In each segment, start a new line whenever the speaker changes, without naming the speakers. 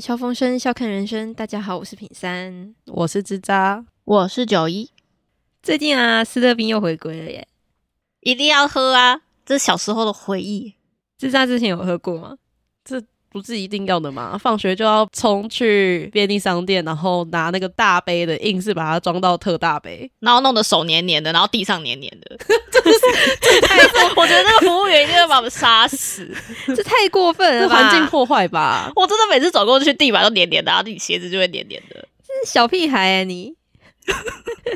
笑风生，笑看人生。大家好，我是品三。
我是吱喳，
我是九一，
最近啊，斯乐冰又回归了耶。
一定要喝啊！这是小时候的回忆。
自扎之前有喝过吗？
不是一定要的嘛？放学就要冲去便利商店，然后拿那个大杯的，硬是把它装到特大杯。
然后弄得手黏黏的，然后地上黏黏 的， 我觉得那个服务员一定会把我们杀死。
这太过分
这
了吧！
环境破坏 吧？
我真的每次走过去，地板都黏黏的，然后你鞋子就会黏黏的。
真是小屁孩、欸、你。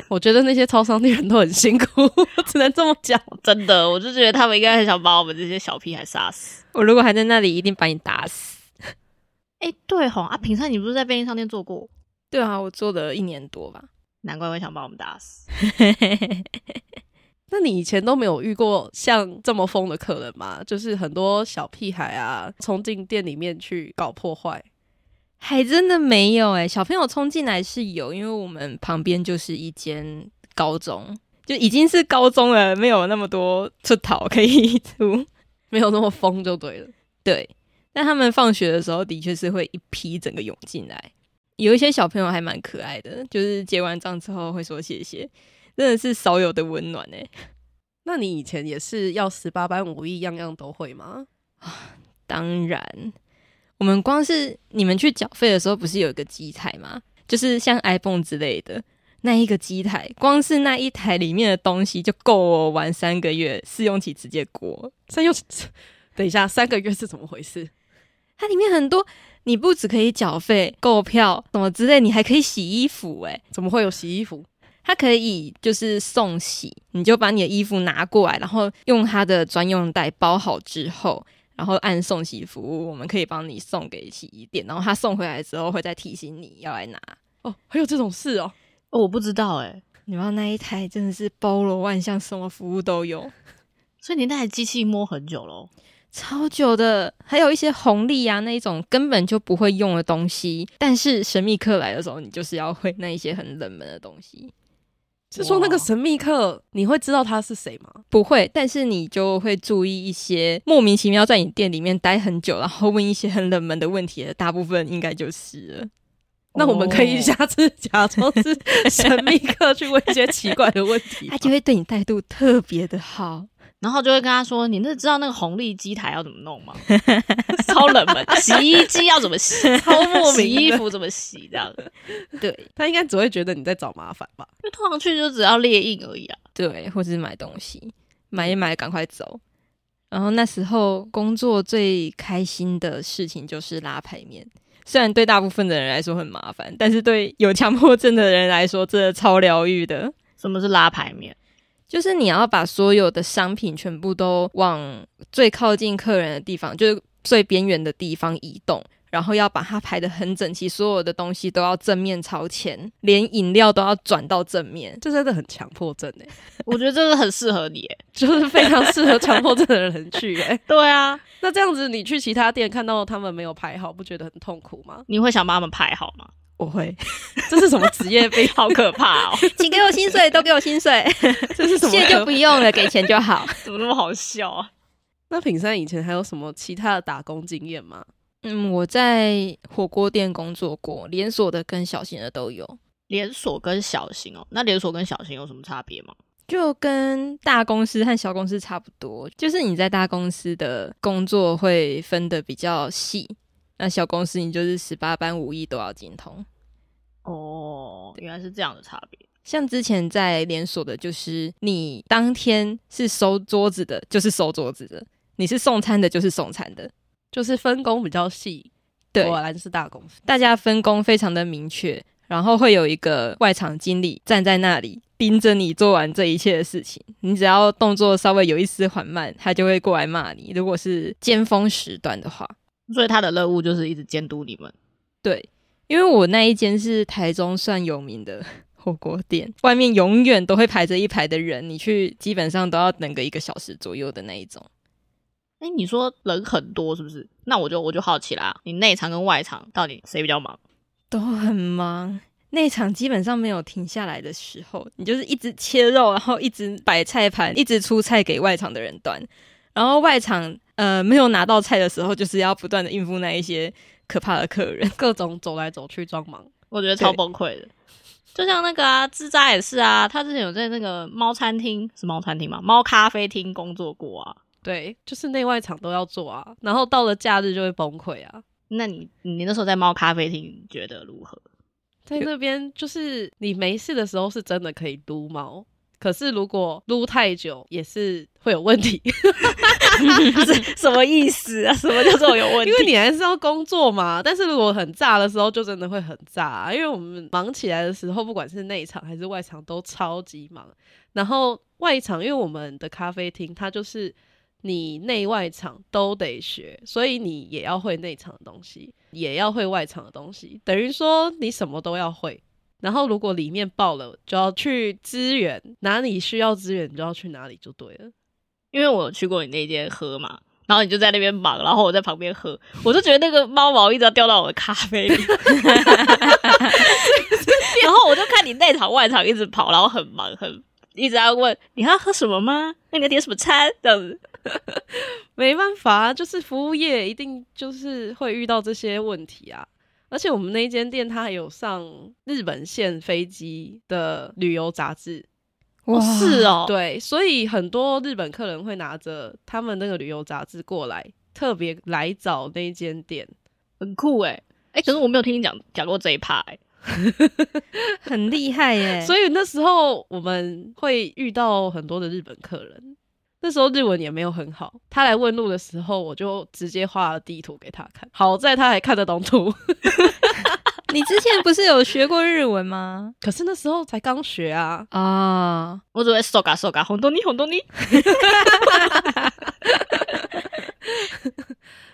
我觉得那些超商店人都很辛苦， 我只能这么讲。
真的，我就觉得他们应该很想把我们这些小屁孩杀死。
我如果还在那里，一定把你打死。
哎、对吼啊，平常你不是在便利商店做过？
对啊，我做了一年多吧。
难怪会想把我们打死。
那你以前都没有遇过像这么疯的客人吗？就是很多小屁孩啊，冲进店里面去搞破坏。
还真的没有哎、小朋友冲进来是有，因为我们旁边就是一间高中，就已经是高中了，没有那么多出逃可以 出。
没有那么疯就对了。
对，但他们放学的时候的确是会一批整个涌进来，有一些小朋友还蛮可爱的，就是结完账之后会说谢谢，真的是少有的温暖哎、
那你以前也是要十八般武艺，样样都会吗？
当然，我们光是你们去缴费的时候，不是有一个机台吗？就是像 iPhone 之类的那一个机台，光是那一台里面的东西就够我玩三个月，试用期直接过了。
三又 等一下，三个月是怎么回事？
它里面很多，你不只可以缴费、购票什么之类，你还可以洗衣服哎、
怎么会有洗衣服？
它可以就是送洗，你就把你的衣服拿过来，然后用它的专用袋包好之后，然后按送洗服务，我们可以帮你送给洗衣店，然后它送回来之后会再提醒你要来拿。
哦，还有这种事哦。
哦，我不知道哎、
你知道那一台真的是包罗万象，什么服务都有，
所以你那台机器摸很久喽。
超久的，还有一些红利啊那一种根本就不会用的东西，但是神秘客来的时候，你就是要会那一些很冷门的东西。
是说那个
哇
神秘客，你会知道他是谁吗？
不会，但是你就会注意一些莫名其妙在你店里面待很久，然后问一些很冷门的问题的，大部分应该就是了。
那我们可以
哦
下次假装是神秘客去问一些奇怪的问题吧
他。就会对你态度特别的好，
然后就会跟他说：“你那知道那个红利机台要怎么弄 吗？超冷门，洗衣机要怎么洗？
超莫名的
洗衣服怎么洗？这样，
对
他应该只会觉得你在找麻烦吧？
因为通常去就只要列印而已啊。
对，或是买东西，买一买赶快走。然后那时候工作最开心的事情就是拉排面，虽然对大部分的人来说很麻烦，但是对有强迫症的人来说，真的超疗愈的。
什么是拉牌面？
就是你要把所有的商品全部都往最靠近客人的地方，就是最边缘的地方移动，然后要把它排得很整齐，所有的东西都要正面朝前，连饮料都要转到正面。
这真的很强迫症哎、
我觉得这个很适合你耶。
就是非常适合强迫症的人去 哎、
对啊，
那这样子，你去其他店看到他们没有排好，不觉得很痛苦吗？
你会想把他们排好吗？
我会，这是什么职业 病？
好可怕哦！
请给我薪水，都给我薪水，
这是什么
谢就不用了，给钱就 好。
怎么那么好笑啊？
那品山以前还有什么其他的打工经验吗？
嗯，我在火锅店工作过，连锁的跟小型的都有。
连锁跟小型哦，那连锁跟小型有什么差别吗？
就跟大公司和小公司差不多，就是你在大公司的工作会分的比较细，那小公司你就是十八般武艺都要精通。
哦，原来是这样的差别。
像之前在连锁的，就是你当天是收桌子的，就是收桌子的；你是送餐的，就是送餐的。
就是分工比较细，
对，
果然是大公司。
大家分工非常的明确，然后会有一个外场经理站在那里盯着你做完这一切的事情。你只要动作稍微有一丝缓慢，他就会过来骂你。如果是尖峰时段的话，
所以他的任务就是一直监督你们。
对，因为我那一间是台中算有名的火锅店，外面永远都会排着一排的人，你去基本上都要等个一个小时左右的那一种。
哎，你说人很多是不是？那我就我就好奇啦，你内场跟外场到底谁比较忙？
都很忙。那场基本上没有停下来的时候，你就是一直切肉，然后一直摆菜盘，一直出菜给外场的人端。然后外场呃没有拿到菜的时候，就是要不断的应付那一些可怕的客人。
各种走来走去装忙。
我觉得超崩溃的。就像那个啊，智渣也是啊，他之前有在那个猫餐厅是猫餐厅吗？猫咖啡厅工作过啊。
对，就是内外场都要做啊，然后到了假日就会崩溃啊。
那你你那时候在猫咖啡厅你觉得如何？
在那边就是你没事的时候是真的可以撸猫，可是如果撸太久也是会有问题，
什么意思啊？什么叫做有 问
因为你还是要工作嘛。但是如果很炸的时候，就真的会很炸、啊，因为我们忙起来的时候，不管是内场还是外场都超级忙。然后外场，因为我们的咖啡厅它就是你内外场都得学，所以你也要会内场的东西，也要会外场的东西，等于说你什么都要会。然后如果里面爆了，就要去支援，哪里需要支援你就要去哪里就对了。
因为我有去过你那间喝嘛，然后你就在那边忙，然后我在旁边喝，我就觉得那个猫毛一直要掉到我的咖 啡里，然后我就看你内场外场一直跑，然后很忙很。一直在问你要喝什么吗？那你要点什么餐？这样子，
没办法啊，就是服务业一定就是会遇到这些问题啊。而且我们那间店它还有上日本线飞机的旅游杂志，
哦是
啊
哦，
对，所以很多日本客人会拿着他们那个旅游杂志过来，特别来找那间店。
很酷哎、哎、可是我没有听你讲讲过这一趴、欸，
很厉害耶！
所以那时候我们会遇到很多的日本客人，那时候日文也没有很好，他来问路的时候，我就直接画了地图给他看，好在他还看得懂图。
你之前不是有学过日文吗？
可是那时候才刚学啊，
啊、
我只会 so ga so ga 红豆泥 红豆泥，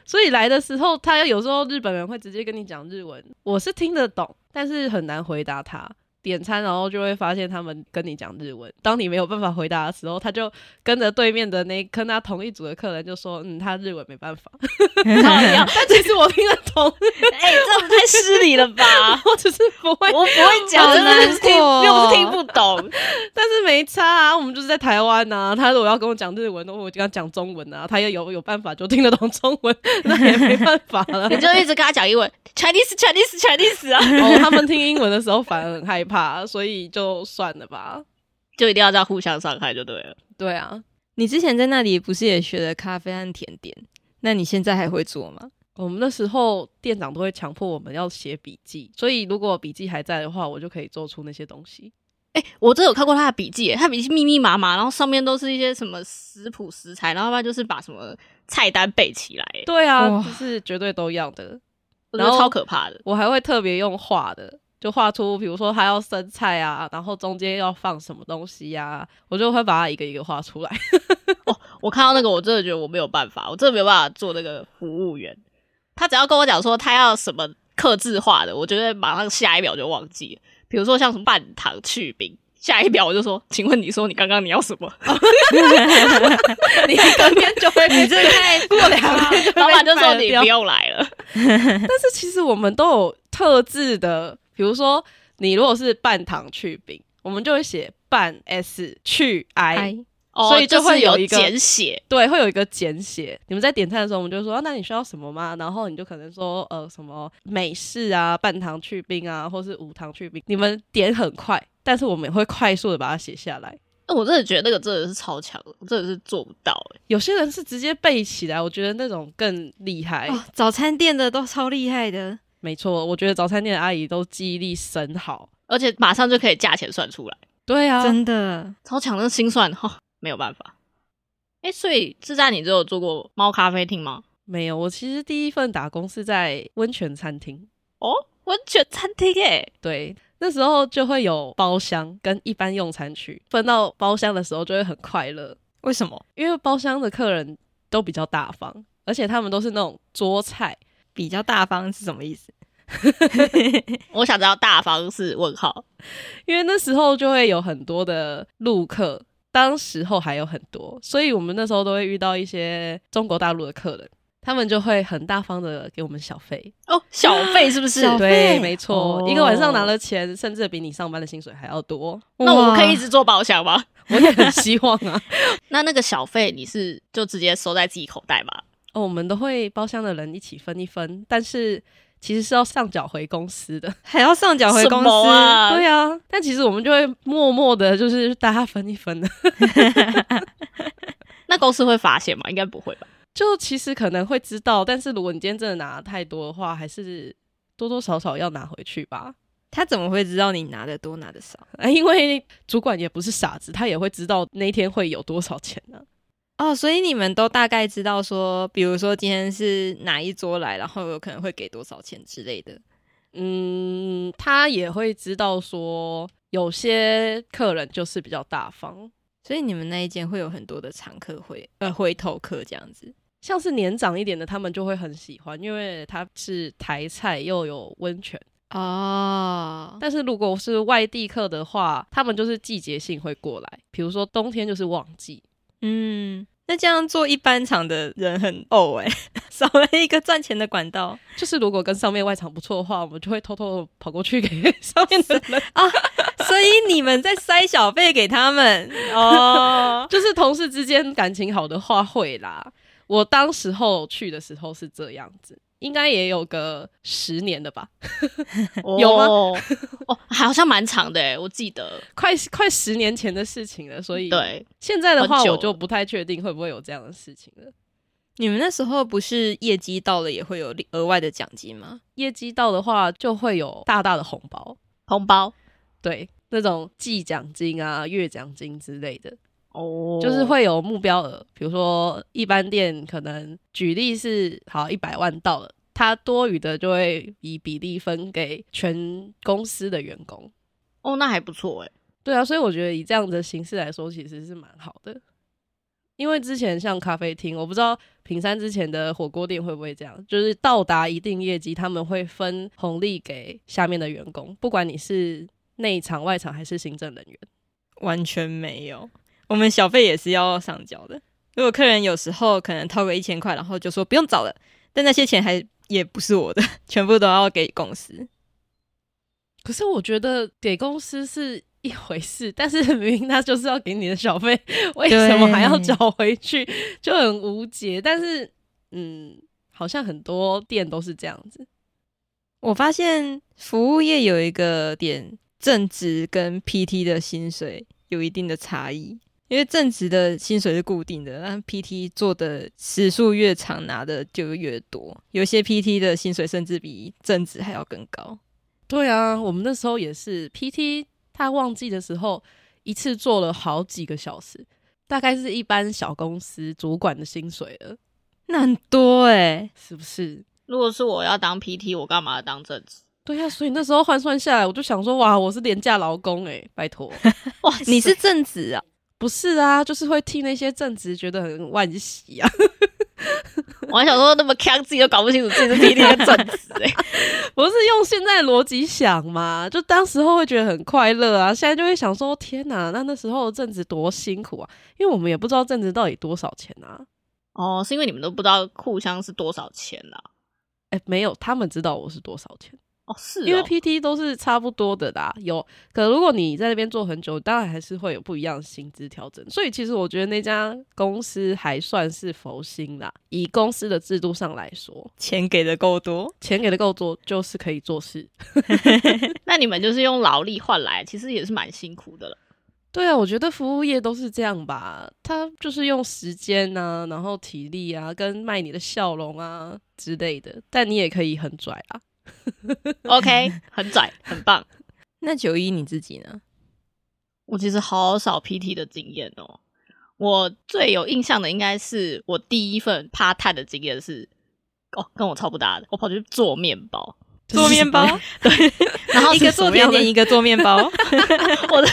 所以来的时候，他有时候日本人会直接跟你讲日文，我是听得懂，但是很难回答他。点餐，然后就会发现他们跟你讲日文。当你没有办法回答的时候，他就跟着对面的那跟他同一组的客人就说：“嗯，他日文没办法。
好一样”
但其啊实我听得懂，
哎、这样子太失礼了吧？
我只是不会，
我不会讲，
好
真的是 听，
难过哦
又不是听不懂。
但是没差啊。我们就是在台湾呐、啊，他如果要跟我讲日文，那我就跟他讲中文啊。他也有有办法就听得懂中文，那也没办法了。
你就一直跟他讲英文，Chinese Chinese Chinese 啊，
哦，他们听英文的时候反而很害怕，所以就算了吧。
就一定要这样互相伤害就对了。
对啊，
你之前在那里不是也学了咖啡和甜点？那你现在还会做吗？
我们那时候店长都会强迫我们要写笔记，所以如果笔记还在的话，我就可以做出那些东西。
哎、我真的有看过他的笔记耶，他笔记密密麻麻，然后上面都是一些什么食谱食材，然后他就是把什么菜单背起来，
对啊，
哇
就是绝对都要的。
我觉得
然后
超可怕的。
我还会特别用画的，就画出比如说他要生菜啊，然后中间要放什么东西呀、我就会把它一个一个画 出来。
我看到那个，我真的觉得我没有办法，我真的没有办法做那个服务员。他只要跟我讲说他要什么克制化的，我觉得马上下一秒就忘记了。比如说像什么半糖去冰，下一秒我就说：“请问你说你刚刚你要什么
你隔天就会， 你这
太
过 两天就？” 会
老板就说：“
卖
你
掉
不用来了。
但是其实我们都有特制的，比如说你如果是半糖去冰，我们就会写半 S 去 I，, ”
哦，
所以就
就
会
是
有
有
一个
简写。
对，会有一个简写。你们在点餐的时候，我们就说、啊那你需要什么吗？然后你就可能说呃什么美式啊、半糖去冰啊，或是无糖去冰。你们点很快，但是我们也会快速的把它写下来。
哎，我真的觉得那个真的是超强，我真的是做不到、欸。
有些人是直接背起来，我觉得那种更厉害。
哦，早餐店的都超厉害的，
没错，我觉得早餐店的阿姨都记忆力神好。
而且马上就可以价钱算出来，
对啊，
真的。
超强的心算哈、没有办法。哎、所以自在你只有做过猫咖啡厅吗？
没有，我其实第一份打工是在温泉餐厅，
哦，温泉餐厅哎、
对，那时候就会有包厢跟一般用餐区，分到包厢的时候就会很快乐，
为什么
因为包厢的客人都比较大方，而且他们都是那种桌菜，
比较大方是什么意思？
我想知道大方是问号，
因为那时候就会有很多的陆客，当时候还有很多，所以我们那时候都会遇到一些中国大陆的客人。他们就会很大方的给我们小费，
哦，小费是不是？
小费
对，没错，
哦
一个晚上拿了钱，甚至比你上班的薪水还要多。
那我
哇
们可以一直做包厢吗？
我也很希望啊，
那那个小费你是就直接收在自己口袋吗？
哦，我们都会包厢的人一起分一分，但是其实是要上缴回公司的。
还要上缴回公
什
司
么，啊？
对啊，但其实我们就会默默的，就是大家分一分的。
那公司会发现吗？应该不会吧？
就其实可能会知道，但是如果你今天真的拿太多的话，还是多多少少要拿回去吧。
他怎么会知道你拿的多拿的少？
啊因为主管也不是傻子，他也会知道那一天会有多少钱啊呢、
哦，所以你们都大概知道说，比如说今天是哪一桌来，然后有可能会给多少钱之类的。
嗯，他也会知道说，有些客人就是比较大方，
所以你们那一间会有很多的常客回呃回头客这样子。
像是年长一点的，他们就会很喜欢，因为他是台菜又有温泉。
哦，
但是如果是外地客的话，他们就是季节性会过来，比如说冬天就是旺季，
嗯，那这样做一般场的人很呕哎、 少了一个赚钱的管道。
就是如果跟上面外场不错的话，我们就会偷偷地跑过去给上面 的人，。
啊
啊所以你们在塞小费给他们哦
就是同事之间感情好的话会啦。我当时候去的时候是这样子，应该也有个十年的吧， 有吗
哦？哦，好像蛮长的诶，我记得。
快快十年前的事情了，所以
对，
现在的话
很久
我
了
就不太确定会不会有这样的事情了。
你们那时候不是业绩到了也会有额外的奖金吗？
业绩到的话，就会有大大的红包，
红包
对，那种季奖金啊、月奖金之类的。
哦
就是会有目标额，比如说一般店可能举例是好一百万到了，它多余的就会以比例分给全公司的员工。
哦，那还不错诶。
对啊，所以我觉得以这样的形式来说，其实是蛮好的。因为之前像咖啡厅，我不知道平山之前的火锅店会不会这样，就是到达一定业绩，他们会分红利给下面的员工，不管你是内场、外场还是行政人员。
完全没有，我们小费也是要上交的。如果客人有时候可能掏个一千块，然后就说不用找了，但那些钱还也不是我的，全部都要给公司。
可是我觉得给公司是一回事，但是 明明他就是要给你的小费，为什么还要找回去，就很无解。但是，嗯，好像很多店都是这样子。
我发现服务业有一个点，正职跟 PT 的薪水有一定的差异，因为正职的薪水是固定的，但 PT 做的时数越长，拿的就越多。有些 PT 的薪水甚至比正职还要更高。
对啊，我们那时候也是 PT，他旺季的时候一次做了好几个小时，大概是一般小公司主管的薪水了，
那很多哎、
是不是？
如果是我要当 PT，我干嘛当正职？
对啊，所以那时候换算下来，我就想说，哇，我是廉价劳工诶、拜托。
哇塞，
你是正职啊？
不是啊，就是会替那些正直觉得很惋惜啊。
我还想说那么坑，自己都搞不清楚自己是 PT 跟正职欸诶。
不是用现在的逻辑想嘛，就当时候会觉得很快乐啊，现在就会想说天哪，那那时候的正职多辛苦啊，因为我们也不知道正职到底多少钱啊。
哦，是因为你们都不知道互相是多少钱啊啦。
哎，没有，他们知道我是多少钱，
哦，是哦
因为 PT 都是差不多的啦。有，可如果你在那边做很久，当然还是会有不一样的薪资调整。所以其实我觉得那家公司还算是佛心啦，以公司的制度上来说，
钱给的够多，
钱给的够多，就是可以做事。
那你们就是用劳力换来，其实也是蛮辛苦的了。
对啊，我觉得服务业都是这样吧，他就是用时间啊，然后体力啊，跟卖你的笑容啊之类的，但你也可以很拽啊。
OK，很拽，很棒。
那九一你自己呢？
我其实好少 PT 的经验哦。我最有印象的应该是我第一份 part time 的经验是，哦，跟我超不搭的，我跑去做面包，
做面包，
然后
一
是
个
什
做
么
甜
样的
点， 一个做面包。
我的，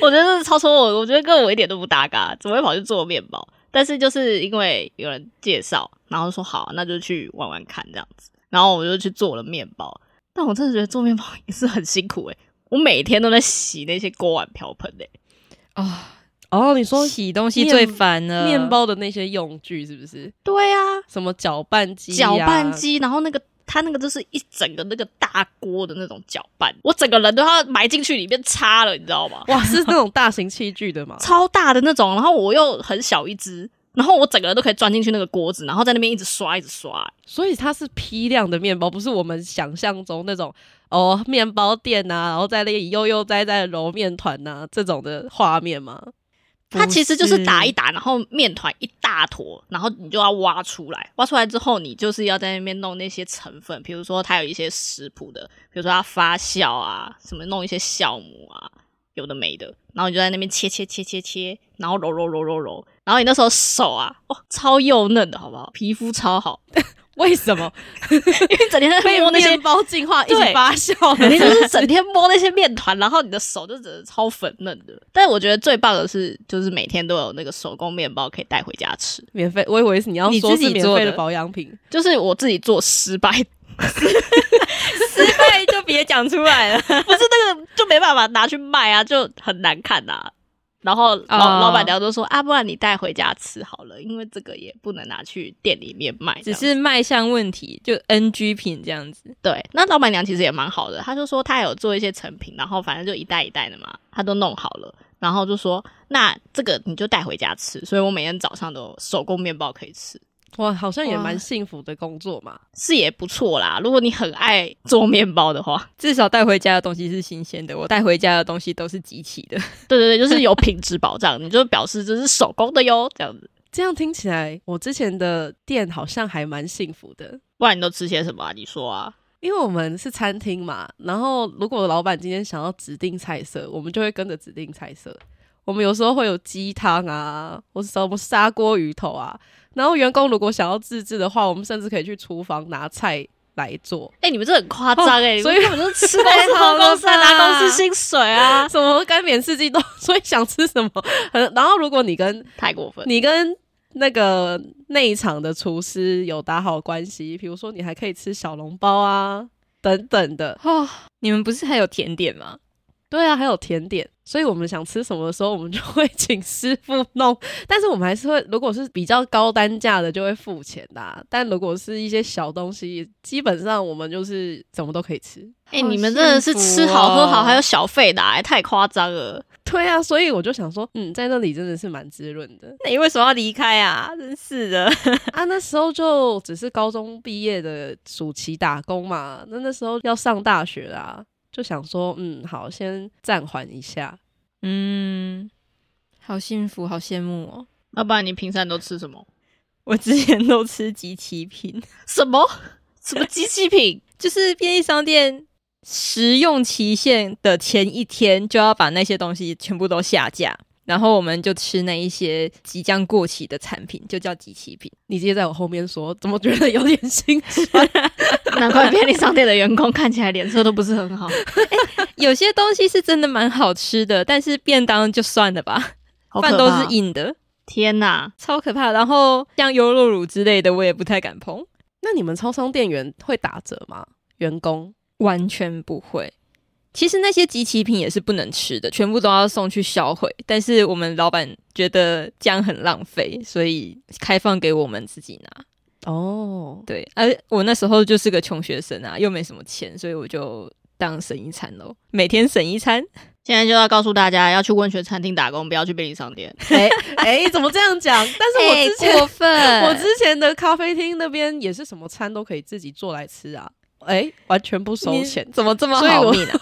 我觉得是超出我，我觉得跟我一点都不搭嘎，怎么会跑去做面包？但是就是因为有人介绍，然后说好，那就去玩玩看这样子，然后我就去做了面包。但我真的觉得做面包 也是很辛苦诶、欸我每天都在洗那些锅碗瓢盆欸诶、
哦，
哦，你 说
洗东西
面
最烦
呃
了，
面包的那些用具是不是？
对啊，
什么搅拌机、啊
搅拌，机，然后那个它那个就是一整个那个大锅的那种搅拌，我整个人都要埋进去里面插了，你知道吗？？
哇，是那种大型器具的吗
超大的那种，然后我又很小一只，然后我整个人都可以钻进去那个锅子，然后在那边一直刷，一直刷、欸
所以它是批量的面包，不是我们想象中那种哦，面包店呐、然后在那里悠悠哉哉的揉面团呐、这种的画面吗？
它其实就
不
是打一打，然后面团一大坨，然后你就要挖出来。挖出来之后，你就是要在那边弄那些成分，比如说它有一些食谱的，比如说它发酵啊，什么弄一些酵母啊，有的没的。然后你就在那边切切切切切，然后揉揉揉揉揉。然后你那时候手啊，哦，超幼嫩的好不好？皮肤超好，
为什 么
因为整天在
被
摸那些
面包进化一起
对
发酵
肯
的
定就是整天摸那些面团，然后你的手就只是超粉嫩的。但我觉得最棒的是，就是每天都有那个手工面包可以带回家吃。
免费？我以为是你要
你
说
自己
是免
做
费的
的
保养品，
就是我自己做失败，
失败就别讲出来了。
不是那个就没办法拿去卖啊，就很难看呐、然后老、
哦
老板娘就说啊，不然你带回家吃好了，因为这个也不能拿去店里面卖。
只
这样
是卖相问题，就 NG 品这样子。
对，那老板娘其实也蛮好的，她就说她有做一些成品，然后反正就一袋一袋的嘛，她都弄好了，然后就说那这个你就带回家吃，所以我每天早上都有手工面包可以吃。
哇，好像也
哇
蛮幸福的工作嘛。
是也不错啦，如果你很爱做面包的话，
至少带回家的东西是新鲜的，我带回家的东西都是集齐 的。
对对对，就是有品质保障，你就表示这是手工的哟，这样子。
这样听起来，我之前的店好像还蛮幸福的。
不然你都吃些什么啊？你说啊？
因为我们是餐厅嘛，然后如果老板今天想要指定菜色，我们就会跟着指定菜色。我们有时候会有鸡汤啊，或是什么砂锅鱼头啊。然后员工如果想要自制的话，我们甚至可以去厨房拿菜来做。
哎、你们这很夸张哎，你们
所以
根本就是 吃公司
好了
喝
吧
公司还拿公司薪水啊，
什么干煸四季 豆，所以想吃什么？很然后如果你跟
太过分。
你跟那个内场的厨师有打好关系，比如说你还可以吃小笼包啊等等的，
哦，你们不是还有甜点吗？
对啊，还有甜点，所以我们想吃什么的时候，我们就会请师傅弄。但是我们还是会，如果是比较高单价的，就会付钱的啊、但如果是一些小东西，基本上我们就是怎么都可以吃。
哎、你们真的是吃好喝好，还有小费拿、哎太夸张了。
对啊，所以我就想说，嗯，在那里真的是蛮滋润的
那你为什么要离开啊？真是的，
啊。那时候就只是高中毕业的暑期打工嘛，那那时候要上大学啦，就想说，嗯，好，先暂缓一下。
嗯，好幸福，好羡慕哦。
要不然你平常都吃什么？
我之前都吃集齐品，
什么什 么机器品？
就是便利商店食用期限的前一天就要把那些东西全部都下架，然后我们就吃那一些即将过期的产品，就叫集齐品。
你直接在我后面说，怎么觉得有点心酸？
难怪便利商店的员工看起来脸色都不是很好，
有些东西是真的蛮好吃的，但是便当就算了吧，
好
饭
可
都
怕
是硬的，
天哪！
超可怕。然后像优酪乳之类的，我也不太敢碰，
那你们超商店员会打折吗？员工
完全不会。其实那些集齐品也是不能吃的，全部都要送去销毁。但是我们老板觉得这样很浪费，所以开放给我们自己拿。
哦，
对，而、我那时候就是个穷学生啊，又没什么钱，所以我就当省一餐喽，每天省一餐。
现在就要告诉大家，要去温泉餐厅打工，不要去便利商店。
哎哎，怎么这样讲？但是我之前、
过 分
我之前的咖啡厅那边也是什么餐都可以自己做来吃啊，哎，完全不收
你
钱，
怎么这么
所以
好
我
命啊？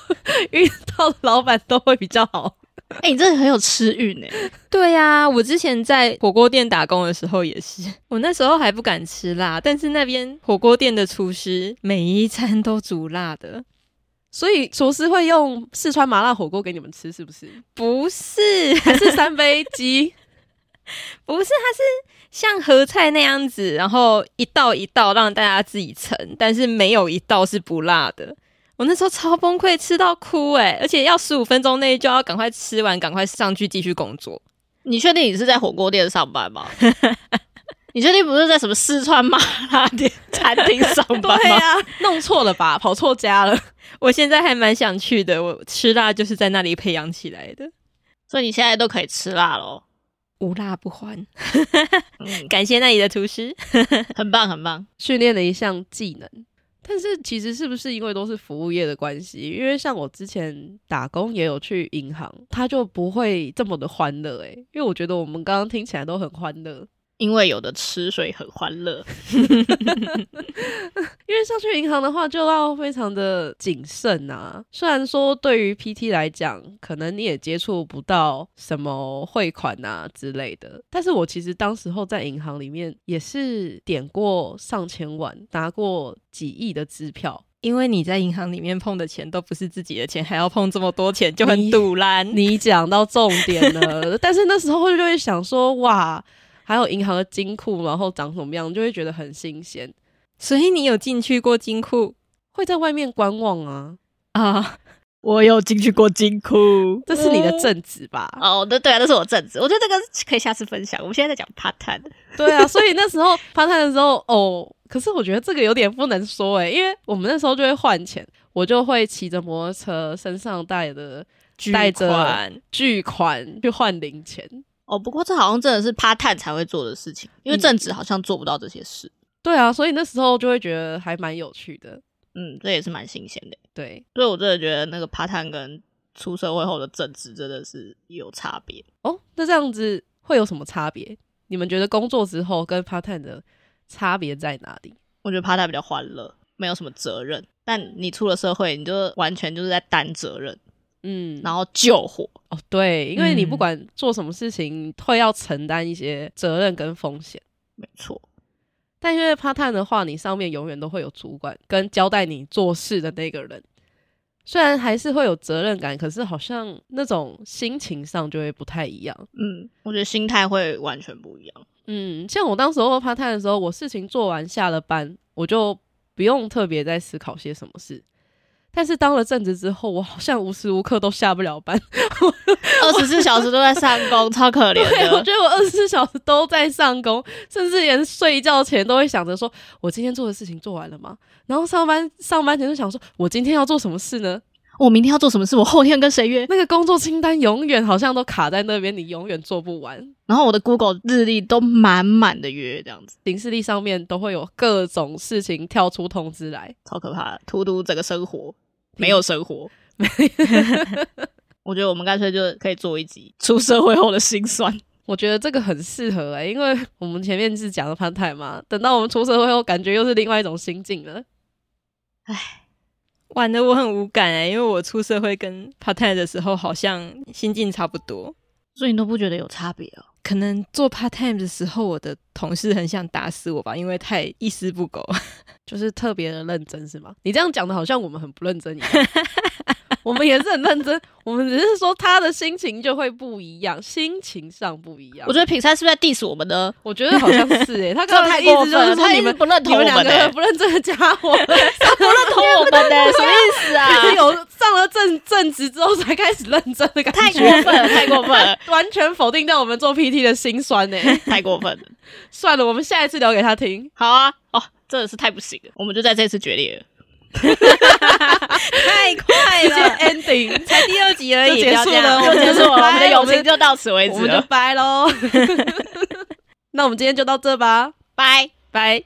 遇到老板都会比较好。
哎、你真的很有吃运哎、
对呀、我之前在火锅店打工的时候也是， 我那时候还不敢吃辣，但是那边火锅店的厨师每一餐都煮辣的，
所以厨师会用四川麻辣火锅给你们吃，是不是？
不是
还是三杯鸡？
不是，它是像合菜那样子，然后一道一道让大家自己盛，但是没有一道是不辣的。我那时候超崩溃，吃到哭诶、而且要十五分钟内就要赶快吃完，赶快上去继续工作。
你确定你是在火锅店上班吗？ 你确定不是在什么四川麻辣 店餐厅上班吗？
啊，弄错了吧？跑错家了。
我现在还蛮想去的，我吃辣就是在那里培养起来的，
所以你现在都可以吃辣喽，
无辣不欢。
嗯，
感谢那里的厨师。
很棒很棒。
训练了一项技能。但是其实是不是因为都是服务业的关系？因为像我之前打工也有去欸银行，他就不会这么的欢乐诶、因为我觉得我们刚刚听起来都很欢乐，
因为有的吃，所以很欢乐。
因为上去银行的话，就要非常的谨慎啊。虽然说对于 PT 来讲，可能你也接触不到什么汇款啊之类的，但是我其实当时候在银行里面也是点过上千万，拿过几亿的支票。
因为你在银行里面碰的钱都不是自己的钱，还要碰这么多钱，就很堵烂。
你讲到重点了， 但是那时候就会想说，哇，还有银行的金库，然后长什么样，就会觉得很新鲜，
所以你有进去过金库
会在外面观望啊。
啊？
我有进去过金库，
这是你的正职吧？
哦，对对啊，这是我正职。我觉得这个可以下次分享。我们现在在讲 part time，
对啊，所以那时候 part time 的时候，哦，可是我觉得这个有点不能说诶、因为我们那时候就会换钱，我就会骑着摩托车，身上带的带着
款
巨款去换零钱。
哦，不过这好像真的是 part time 才会做的事情，因为正职好像做不到这些事。
对啊，所以那时候就会觉得还蛮有趣的。
嗯，这也是蛮新鲜的。
对，
所以我真的觉得那个 part time 跟出社会后的正职真的是有差别。
哦，那这样子会有什么差别？你们觉得工作之后跟 part time 的差别在哪里？
我觉得 part time 比较欢乐，没有什么责任。但你出了社会，你就完全就是在担责任，
嗯，
然后救火。
哦，对，因为你
嗯
不管做什么事情，会要承担一些责任跟风险。
没错，
但因为 part time 的话，你上面永远都会有主管跟交代你做事的那个人，虽然还是会有责任感，可是好像那种心情上就会不太一样。
嗯，我觉得心态会完全不一样。
嗯，像我当时候 part time 的时候，我事情做完下了班，我就不用特别再思考些什么事。但是当了正职之后，我好像无时无刻都下不了班，
二十四小时都在上 工，超可怜
对，我
的。
觉得我二十四小时都在上工，甚至连睡觉前都会想着说，我今天做的事情做完了吗？然后上班上班前就想说，我今天要做什么事呢？
我明天要做什么事？我后天跟谁约？
那个工作清单永远好像都卡在那边，你永远做不完。
然后我的 Google 日历都满满的约，这样子
行事历上面都会有各种事情跳出通知来。
超可怕的，荼毒整个生活，没有生 活。我觉得我们干脆就可以做一集出社会后的辛酸。
我觉得这个很适合诶、因为我们前面是讲了攀太嘛，等到我们出社会后，感觉又是另外一种心境了。
玩的我很无感哎、因为我出社会跟 part time 的时候好像心境差不多。
所以你都不觉得有差别哦？
可能做 part time 的时候，我的同事很想打死我吧，因为太一丝不苟。
就是特别的认真，是吗？你这样讲的好像我们很不认真一样，我们也是很认真，我们只是说他的心情就会不一样，心情上不一样。
我觉得品山是不是在 diss 我们呢？
我觉得好像是 诶、他
这
刚刚的
太
意
过
思
分
就是
了，
说
他
你
一直
们
不认
你
同我
们两
们
个
呢，
不认真的家 伙，
他不认同我们呢， 什么意思啊？
就是有上了正正职之后才开始认真的感
太
觉，
过分了，太过分了，
完全否定掉我们做 PT 的辛酸呢、欸
太过分了。
算了，我们下一次聊给他听。
好啊，哦，真的是太不行了，我们就在这次决裂了。
太快
直接 ending，
才第二集而
已
已，
不要这样
就结束了， 我们的
拜
友情就到此为
我
止
们就
了，
掰喽。 那我们今天就到这吧，
拜。
拜。